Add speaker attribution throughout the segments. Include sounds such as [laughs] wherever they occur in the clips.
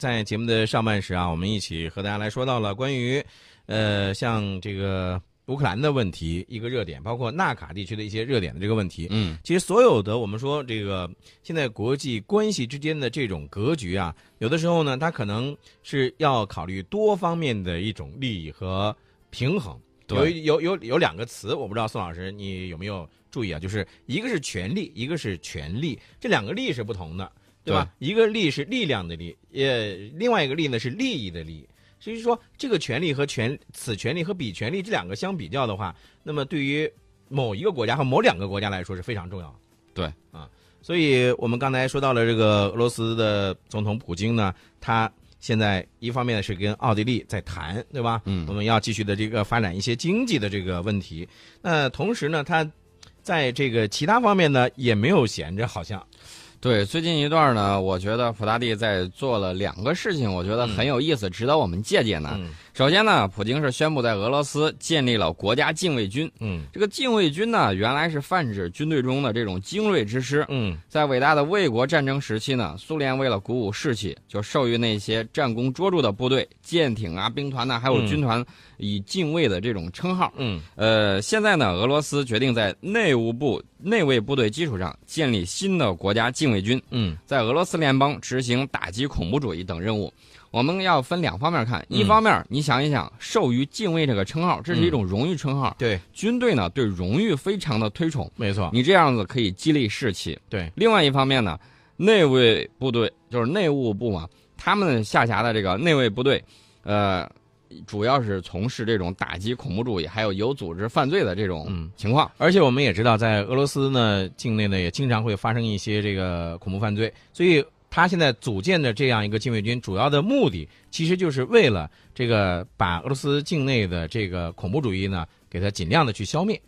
Speaker 1: 在节目的上半时啊，我们一起和大家来说到了关于，呃，像这个乌克兰的问题一个热点，包括纳卡地区的一些热点的这个问题。
Speaker 2: 嗯，
Speaker 1: 其实所有的我们说这个现在国际关系之间的这种格局啊，有的时候呢，它可能是要考虑多方面的一种利益和平衡。有
Speaker 2: 对
Speaker 1: 一有有有两个词，我不知道宋老师你有没有注意啊？就是一个是权力，一个是权力，这两个力是不同的，对吧？一个力是力量的力，呃，另外一个力呢是利益的利。所以说，这个权利和权此权利和彼权利这两个相比较的话，那么对于某一个国家和某两个国家来说是非常重要的。
Speaker 2: 对
Speaker 1: 啊，所以我们刚才说到了这个俄罗斯的总统普京呢，他现在一方面是跟奥地利在谈，对吧？
Speaker 2: 嗯
Speaker 1: 我们要继续的这个发展一些经济的这个问题。那同时呢，他在这个其他方面呢也没有闲着，好像
Speaker 2: 对，最近一段呢，我觉得普大帝在做了两个事情，我觉得很有意思，值得我们借鉴呢。
Speaker 1: 嗯
Speaker 2: 首先呢，普京是宣布在俄罗斯建立了国家禁卫军。
Speaker 1: 嗯
Speaker 2: 这个禁卫军呢，原来是泛指军队中的这种精锐之师。
Speaker 1: 嗯
Speaker 2: 在伟大的卫国战争时期呢，苏联为了鼓舞士气，就授予那些战功卓著的部队、舰艇啊、兵团呐、还有
Speaker 1: 嗯
Speaker 2: 军团以禁卫的这种称号。
Speaker 1: 嗯
Speaker 2: 呃，现在呢，俄罗斯决定在内务部内卫部队基础上建立新的国家禁卫军，
Speaker 1: 嗯
Speaker 2: 在俄罗斯联邦执行打击恐怖主义等任务。我们要分两方面看，
Speaker 1: 嗯
Speaker 2: 一方面你想一想，授予禁卫这个称号，这是一种荣誉称号，
Speaker 1: 对，
Speaker 2: 军队呢对荣誉非常的推崇，
Speaker 1: 没错，
Speaker 2: 你这样子可以激励士气。
Speaker 1: 对，
Speaker 2: 另外一方面呢，内卫部队就是内务部嘛，他们下辖的这个内卫部队，呃，主要是从事这种打击恐怖主义还有有组织犯罪的这种
Speaker 1: 嗯
Speaker 2: 情况。
Speaker 1: 而且我们也知道，在俄罗斯呢境内呢，也经常会发生一些这个恐怖犯罪，所以他现在组建的这样一个禁卫军，主要的目的其实就是为了这个把俄罗斯境内的这个恐怖主义呢，给它尽量的去消灭。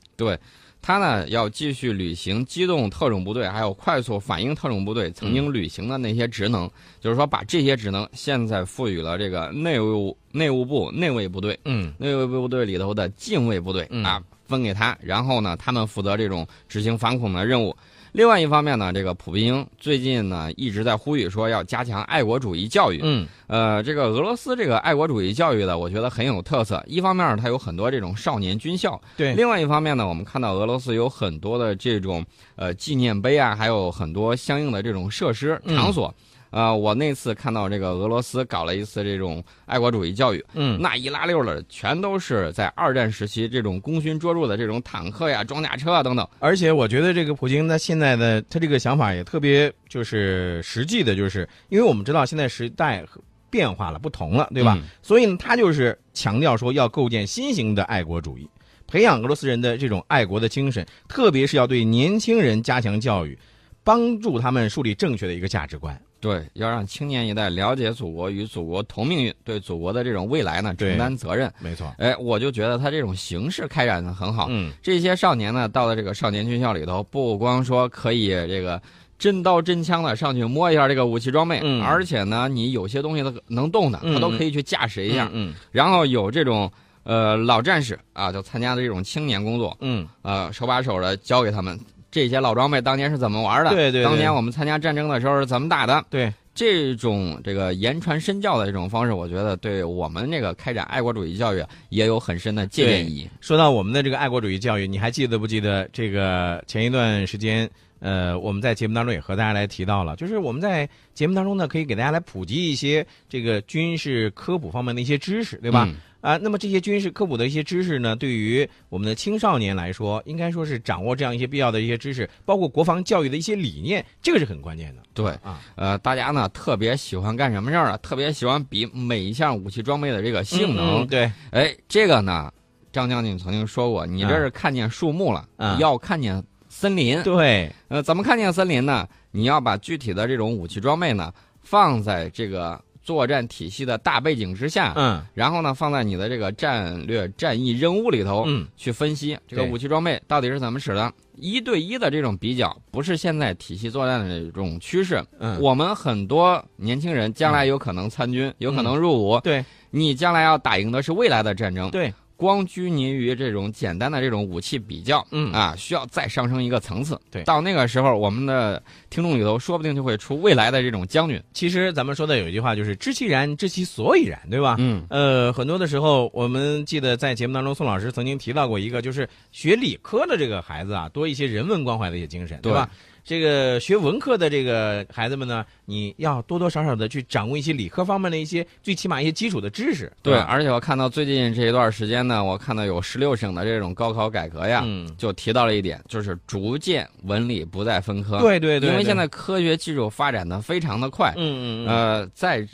Speaker 2: 他呢要继续履行机动特种部队还有快速反应特种部队曾经履行的那些职能，就是说把这些职能现在赋予了这个内务内务部内卫部队。
Speaker 1: 嗯
Speaker 2: 内卫部队里头的禁卫部队、
Speaker 1: 嗯
Speaker 2: 啊，分给他，然后呢，他们负责这种执行反恐的任务。另外一方面呢，这个普京最近呢一直在呼吁说要加强爱国主义教育。
Speaker 1: 嗯
Speaker 2: 呃，这个俄罗斯这个爱国主义教育的，我觉得很有特色。一方面它有很多这种少年军校，
Speaker 1: 对
Speaker 2: 另外一方面呢，我们看到俄罗斯有很多的这种呃纪念碑啊，还有很多相应的这种设施
Speaker 1: 嗯
Speaker 2: 场所。啊、我那次看到这个俄罗斯搞了一次这种爱国主义教育，
Speaker 1: 嗯
Speaker 2: 那一拉溜的全都是在二战时期这种功勋卓著的这种坦克呀、装甲车啊等等。
Speaker 1: 而且我觉得这个普京他现在的他这个想法也特别就是实际的，就是因为我们知道现在时代变化了，不同了，对吧？
Speaker 2: 嗯
Speaker 1: 所以呢，他就是强调说要构建新型的爱国主义，培养俄罗斯人的这种爱国的精神，特别是要对年轻人加强教育，帮助他们树立正确的一个价值观。
Speaker 2: 对，要让青年一代了解祖国，与祖国同命运，对祖国的这种未来呢
Speaker 1: 对
Speaker 2: 承担责任。
Speaker 1: 没错，
Speaker 2: 哎，我就觉得他这种形式开展的很好。
Speaker 1: 嗯
Speaker 2: 这些少年呢，到了这个少年军校里头，不光说可以这个真刀真枪的上去摸一下这个武器装备，
Speaker 1: 嗯
Speaker 2: 而且呢，你有些东西它能动的，他都可以去驾驶一下。
Speaker 1: 嗯
Speaker 2: 然后有这种呃老战士啊，就参加的这种青年工作，
Speaker 1: 嗯
Speaker 2: 呃，手把手的教给他们这些老装备当年是怎么玩的，
Speaker 1: 对对对
Speaker 2: 当年我们参加战争的时候是怎么打的。
Speaker 1: 对，
Speaker 2: 这种这个言传身教的这种方式，我觉得对我们这个开展爱国主义教育也有很深的借鉴意义。
Speaker 1: 说到我们的这个爱国主义教育，你还记得不记得这个前一段时间？呃，我们在节目当中也和大家来提到了，就是我们在节目当中呢，可以给大家来普及一些这个军事科普方面的一些知识，对吧？
Speaker 2: 嗯
Speaker 1: 啊，那么这些军事科普的一些知识呢，对于我们的青少年来说，应该说是掌握这样一些必要的一些知识，包括国防教育的一些理念，这个是很关键的。
Speaker 2: 对
Speaker 1: 啊，
Speaker 2: 呃，大家呢特别喜欢干什么事儿啊？特别喜欢比每一项武器装备的这个性能。
Speaker 1: 嗯对，
Speaker 2: 哎，这个呢，张将军曾经说过，你这是看见树木了，
Speaker 1: 嗯
Speaker 2: 要看见森林。
Speaker 1: 啊对，
Speaker 2: 呃，怎么看见森林呢？你要把具体的这种武器装备呢，放在这个作战体系的大背景之下，
Speaker 1: 嗯
Speaker 2: 然后呢，放在你的这个战略战役任务里头。
Speaker 1: 嗯，
Speaker 2: 去分析这个
Speaker 1: 对
Speaker 2: 武器装备到底是怎么使的，一对一的这种比较不是现在体系作战的这种趋势。
Speaker 1: 嗯
Speaker 2: 我们很多年轻
Speaker 1: 嗯
Speaker 2: 人将来有可能参军，有可能入伍。
Speaker 1: 对
Speaker 2: 你将来要打赢的是未来的战争，
Speaker 1: 对，
Speaker 2: 光拘泥于这种简单的这种武器比较，
Speaker 1: 嗯
Speaker 2: 啊，需要再上升一个层次。
Speaker 1: 对
Speaker 2: 到那个时候，我们的听众里头说不定就会出未来的这种将军。
Speaker 1: 其实咱们说的有一句话就是“知其然，知其所以然”，对吧？
Speaker 2: 嗯，
Speaker 1: 呃，很多的时候，我们记得在节目当中，宋老师曾经提到过一个，就是学理科的这个孩子啊，多一些人文关怀的一些精神，
Speaker 2: 对
Speaker 1: 吧？这个学文科的这个孩子们呢，你要多多少少的去掌握一些理科方面的一些最起码一些基础的知识，
Speaker 2: 对。
Speaker 1: 吧
Speaker 2: 而且我看到最近这一段时间呢，我看到有十六省的这种高考改革呀，
Speaker 1: 嗯，
Speaker 2: 就提到了一点，就是逐渐文理不再分科。
Speaker 1: 嗯对对对，
Speaker 2: 因为
Speaker 1: 对
Speaker 2: 现在科学技术发展的非常的快，
Speaker 1: 嗯嗯嗯，
Speaker 2: 呃，再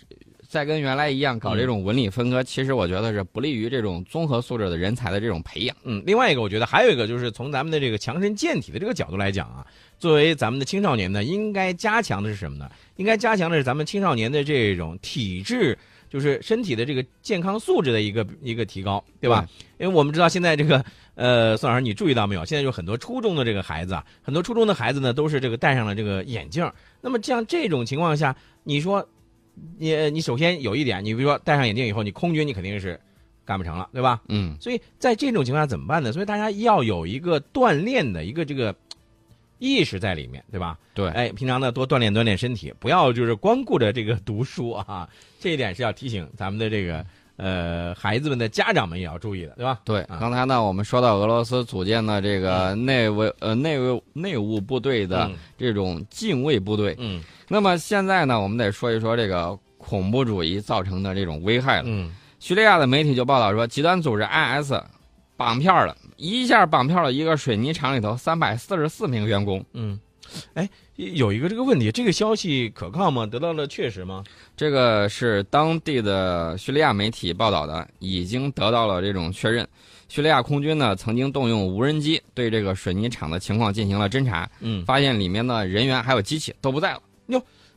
Speaker 2: 再跟原来一样搞这种文理分科，其实我觉得是不利于这种综合素质的人才的这种培养。
Speaker 1: 嗯，另外一个，我觉得还有一个就是从咱们的这个强身健体的这个角度来讲啊，作为咱们的青少年呢，应该加强的是什么呢？应该加强的是咱们青少年的这种体质，就是身体的这个健康素质的一个一个提高，对吧？因为我们知道现在这个呃，宋老师你注意到没有？现在有很多初中的这个孩子啊，很多初中的孩子呢都是这个戴上了这个眼镜儿。那么像这种情况下，你说你你首先有一点，你比如说戴上眼镜以后，你空军你肯定是干不成了，对吧？
Speaker 2: 嗯，
Speaker 1: 所以在这种情况下怎么办呢？所以大家要有一个锻炼的一个这个意识在里面，对吧？
Speaker 2: 对
Speaker 1: 哎，平常呢多锻炼锻炼身体，不要就是光顾着这个读书啊， [laughs] 这一点是要提醒咱们的这个呃孩子们的家长们也要注意的，对吧？
Speaker 2: 对。
Speaker 1: 啊
Speaker 2: 刚才呢，我们说到俄罗斯组建的这个内卫呃内卫内务部队的
Speaker 1: 嗯
Speaker 2: 这种禁卫部队，
Speaker 1: 嗯
Speaker 2: 那么现在呢，我们得说一说这个恐怖主义造成的这种危害了。
Speaker 1: 嗯
Speaker 2: 叙利亚的媒体就报道说，极端组织 IS 绑票了，一下绑票了一个水泥厂里头三百四十四名员工。
Speaker 1: 嗯，哎，有一个这个问题，这个消息可靠吗？得到了确实吗？
Speaker 2: 这个是当地的叙利亚媒体报道的，已经得到了这种确认。叙利亚空军呢曾经动用无人机对这个水泥厂的情况进行了侦查，
Speaker 1: 嗯，
Speaker 2: 发现里面的人员还有机器都不在了。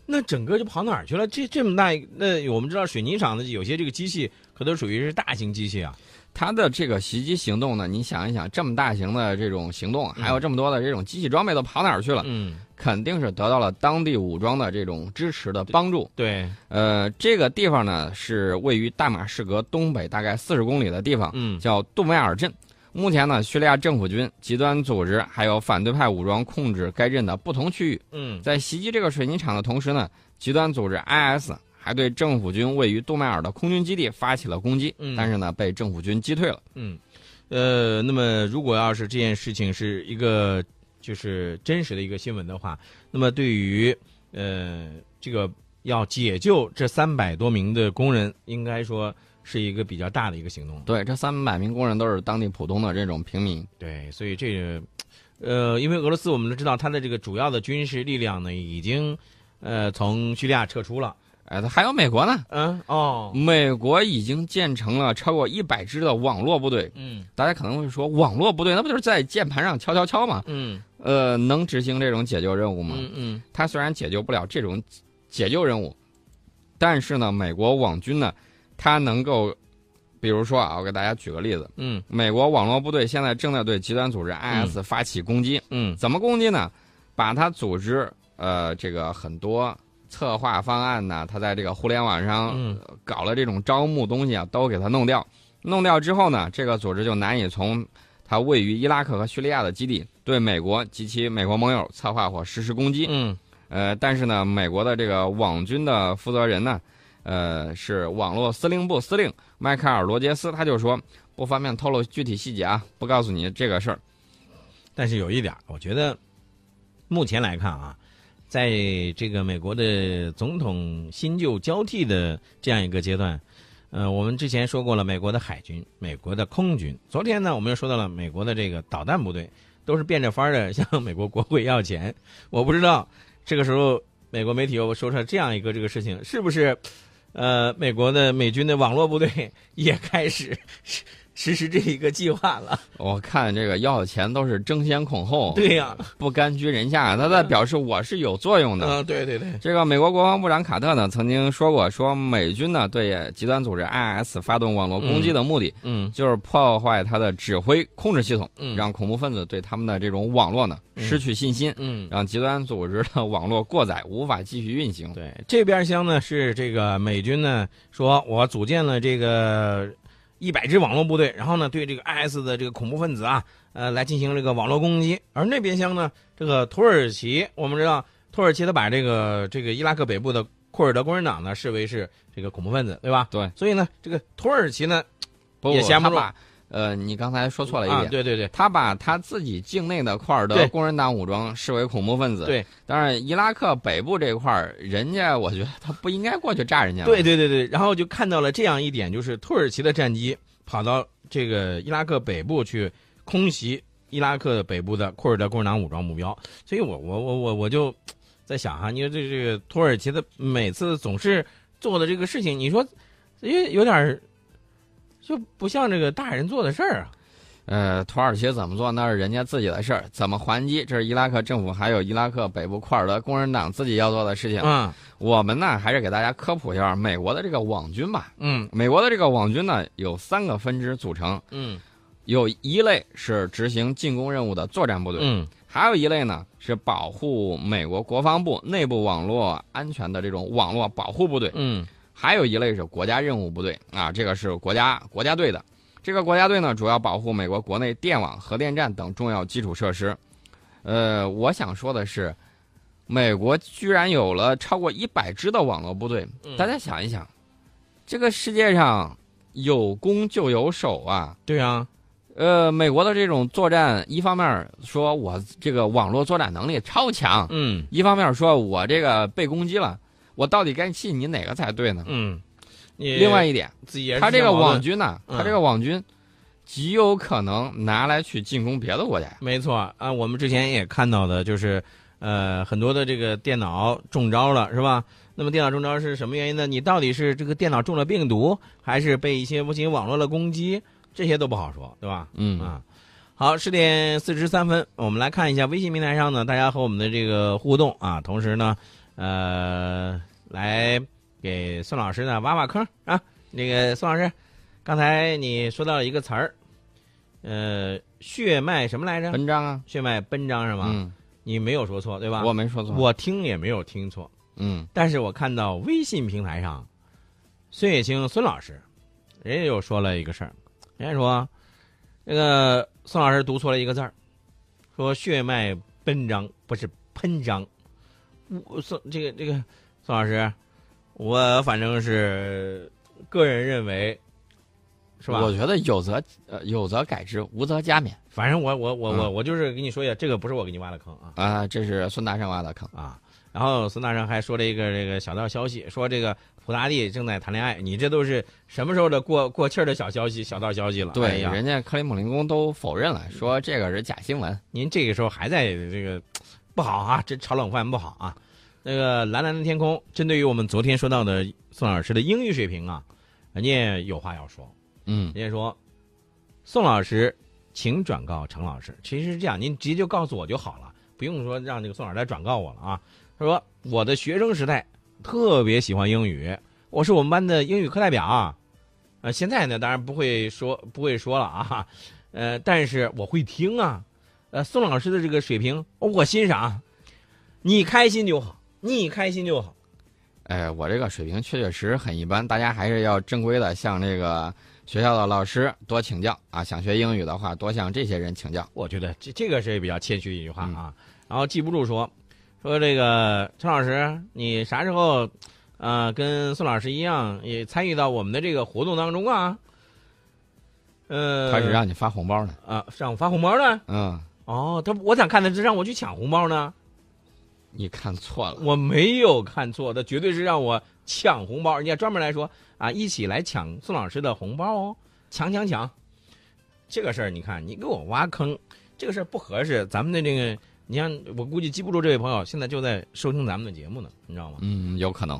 Speaker 1: 那整个就跑哪儿去了？这这么大一个，那我们知道水泥厂的有些这个机器可都属于是大型机器啊。
Speaker 2: 他的这个袭击行动呢，你想一想，这么大型的这种行动，啊还有这么多的这种机器装备都跑哪儿去了？
Speaker 1: 嗯，
Speaker 2: 肯定是得到了当地武装的这种支持的帮助。
Speaker 1: 对，
Speaker 2: 呃，这个地方呢是位于大马士革东北大概四十公里的地方，
Speaker 1: 嗯
Speaker 2: 叫杜梅尔镇。目前呢，叙利亚政府军、极端组织还有反对派武装控制该镇的不同区域。
Speaker 1: 嗯
Speaker 2: 在袭击这个水泥厂的同时呢，极端组织 IS 还对政府军位于杜梅尔的空军基地发起了攻击，
Speaker 1: 嗯
Speaker 2: 但是呢被政府军击退了。
Speaker 1: 嗯，呃，那么如果要是这件事情是一个就是真实的一个新闻的话，那么对于呃这个要解救这三百多名的工人，应该说是一个比较大的一个行动了。
Speaker 2: 对，这三百名工人都是当地普通的这种平民。
Speaker 1: 对，所以这个呃，因为俄罗斯我们都知道，它的这个主要的军事力量呢已经呃从叙利亚撤出了。
Speaker 2: 哎，还有美国呢，
Speaker 1: 嗯哦
Speaker 2: 美国已经建成了超过一百支的网络部队。
Speaker 1: 嗯
Speaker 2: 大家可能会说，网络部队那不就是在键盘上敲敲敲吗？
Speaker 1: 嗯
Speaker 2: 呃，能执行这种解救任务吗？
Speaker 1: 嗯嗯
Speaker 2: 它虽然解救不了这种解救任务，但是呢，美国网军呢，它能够，比如说啊，我给大家举个例子，
Speaker 1: 嗯
Speaker 2: 美国网络部队现在正在对极端组织 IS 发起攻击，
Speaker 1: 嗯
Speaker 2: 怎么攻击呢？把它组织呃这个很多策划方案呢，它在这个互联网上
Speaker 1: 嗯
Speaker 2: 呃搞了这种招募东西啊，都给它弄掉。弄掉之后呢，这个组织就难以从它位于伊拉克和叙利亚的基地对美国及其美国盟友策划或实施攻击。
Speaker 1: 嗯
Speaker 2: 呃，但是呢，美国的这个网军的负责人呢，呃，是网络司令部司令迈克尔·罗杰斯，他就说不方便透露具体细节啊，不告诉你这个事儿。
Speaker 1: 但是有一点儿，我觉得目前来看啊，在这个美国的总统新旧交替的这样一个阶段，呃，我们之前说过了，美国的海军、美国的空军，昨天呢，我们又说到了美国的这个导弹部队，都是变着法儿的向美国国会要钱。 [laughs] 我不知道这个时候美国媒体又说出来这样一个这个事情，是不是？呃，美国的美军的网络部队也开始实实施这一个计划了。
Speaker 2: 我看这个要钱都是争先恐后，
Speaker 1: 对呀、
Speaker 2: 不甘居人下，啊他在表示我是有作用
Speaker 1: 嗯、
Speaker 2: 的。
Speaker 1: 对对对，
Speaker 2: 这个美国国防部长卡特呢曾经说过，说美军呢对极端组织 IS 发动网络攻击的目的，
Speaker 1: 嗯
Speaker 2: 就是破坏它的指挥控制系统，
Speaker 1: 嗯
Speaker 2: 让恐怖分子对他们的这种网络呢失去信心，
Speaker 1: 嗯，
Speaker 2: 让极端组织的网络过载，无法继续运行。
Speaker 1: 对，这边厢呢是这个美军呢说，我组建了这个一百支网络部队，然后呢对这个 IS 的这个恐怖分子啊，呃来进行这个网络攻击。而那边厢呢，这个土耳其，我们知道土耳其他把这个这个伊拉克北部的库尔德工人党呢视为是这个恐怖分子，对吧？
Speaker 2: 对，
Speaker 1: 所以呢，这个土耳其呢
Speaker 2: 不
Speaker 1: 也
Speaker 2: 不
Speaker 1: 闲不
Speaker 2: 他
Speaker 1: 住
Speaker 2: 把呃，你刚才说错了一
Speaker 1: 啊
Speaker 2: 点，
Speaker 1: 对对对，
Speaker 2: 他把他自己境内的库尔
Speaker 1: 对
Speaker 2: 德工人党武装视为恐怖分子。
Speaker 1: 对，
Speaker 2: 当然伊拉克北部这块儿，人家我觉得他不应该过去炸人家。
Speaker 1: 对，对对对，然后就看到了这样一点，就是土耳其的战机跑到这个伊拉克北部去空袭伊拉克北部的库尔德工人党武装目标，所以我我我我我就在想哈、你说这这个土耳其的每次总是做的这个事情，你说也有点儿就不像这个大人做的事儿啊。
Speaker 2: 呃，土耳其怎么做那是人家自己的事儿，怎么还击这是伊拉克政府还有伊拉克北部库尔德工人党自己要做的事情。
Speaker 1: 嗯
Speaker 2: 我们呢还是给大家科普一下美国的这个网军吧。
Speaker 1: 嗯
Speaker 2: 美国的这个网军呢有三个分支组成，
Speaker 1: 嗯
Speaker 2: 有一类是执行进攻任务的作战部队，
Speaker 1: 嗯
Speaker 2: 还有一类呢是保护美国国防部内部网络安全的这种网络保护部队，
Speaker 1: 嗯
Speaker 2: 还有一类是国家任务部队啊，这个是国家 [laughs] 国家队的。这个国家队呢，主要保护美国国内电网、核电站等重要基础设施。呃，我想说的是，美国居然有了超过一百支的网络部队。
Speaker 1: 嗯
Speaker 2: 大家想一想，这个世界上有攻就有守啊，
Speaker 1: 对啊，
Speaker 2: 呃，美国的这种作战，一方面说我这个网络作战能力超强，
Speaker 1: 嗯
Speaker 2: 一方面说我这个被攻击了，我到底该信你哪个才对呢？
Speaker 1: 嗯，你
Speaker 2: 另外一点，
Speaker 1: 自己也是
Speaker 2: 他这个
Speaker 1: 矛盾
Speaker 2: 网军呢、
Speaker 1: 嗯
Speaker 2: 他这个网军极有可能拿来去进攻别的国家呀。
Speaker 1: 没错啊，我们之前也看到的，就是呃很多的这个电脑中招了，是吧？那么电脑中招是什么原因呢？你到底是这个电脑中了病毒，还是被一些无形网络的攻击？这些都不好说，对吧？
Speaker 2: 嗯，
Speaker 1: 啊，好，十点四十三分，我们来看一下微信平台上呢，大家和我们的这个互动啊，同时呢，呃，来给宋老师呢挖挖坑啊。那个宋老师，刚才你说到了一个词儿，呃，血脉什么来着？
Speaker 2: 文章啊，
Speaker 1: 血脉奔张是吗？
Speaker 2: 嗯，
Speaker 1: 你没有说错对吧？
Speaker 2: 我没说错。
Speaker 1: 我听也没有听错，
Speaker 2: 嗯，
Speaker 1: 但是我看到微信平台上，孙雪清孙老师，人家又说了一个事儿，人家说，那个孙老师读错了一个字儿，说血脉奔张不是喷张，我孙这个这个孙老师，我反正是个人认为，是吧？
Speaker 2: 我觉得有则呃有则改之，无则加勉
Speaker 1: 反正我我我我
Speaker 2: 嗯
Speaker 1: 我就是跟你说一下，这个不是我给你挖的坑啊。
Speaker 2: 啊、这是孙大圣挖的坑。
Speaker 1: 啊。然后孙大圣还说了一个这个小道消息，说这个普大帝正在谈恋爱。你这都是什么时候的过过气儿的小消息、小道消息了？哎
Speaker 2: 对，
Speaker 1: 呀，
Speaker 2: 人家克里姆林宫都否认了，说这个是假新闻。
Speaker 1: 您这个时候还在这个不好啊，这炒冷饭不好啊。那个蓝蓝的天空，针对于我们昨天说到的宋老师的英语水平啊，人家有话要说，
Speaker 2: 嗯，
Speaker 1: 人家说宋老师，请转告程老师。其实是这样，您直接就告诉我就好了，不用说让这个宋老师来转告我了啊。他说我的学生时代特别喜欢英语，我是我们班的英语课代表啊。呃，现在呢，当然不会说不会说了啊，呃，但是我会听啊。呃，宋老师的这个水平，我欣赏，啊你开心就好，你开心就好。
Speaker 2: 哎，我这个水平确确实实很一般，大家还是要正规的向这个学校的老师多请教啊。想学英语的话，多向这些人请教。
Speaker 1: 我觉得这这个是比较谦虚的一句话啊。
Speaker 2: 嗯
Speaker 1: 然后记不住说说这个陈老师，你啥时候呃跟宋老师一样也参与到我们的这个活动当中啊？呃，
Speaker 2: 开始让你发红包呢。
Speaker 1: 啊让我发红包呢？
Speaker 2: 嗯，
Speaker 1: 哦，他我咋看的是让我去抢红包呢？
Speaker 2: 你看错了。
Speaker 1: 我没有看错，他绝对是让我抢红包。人家专门来说啊，一起来抢宋老师的红包哦，抢抢抢！这个事儿，你看，你给我挖坑，这个事儿不合适。咱们的这个，你像我估计记不住这位朋友，现在就在收听咱们的节目呢，你知道吗？啊
Speaker 2: 嗯，有可能。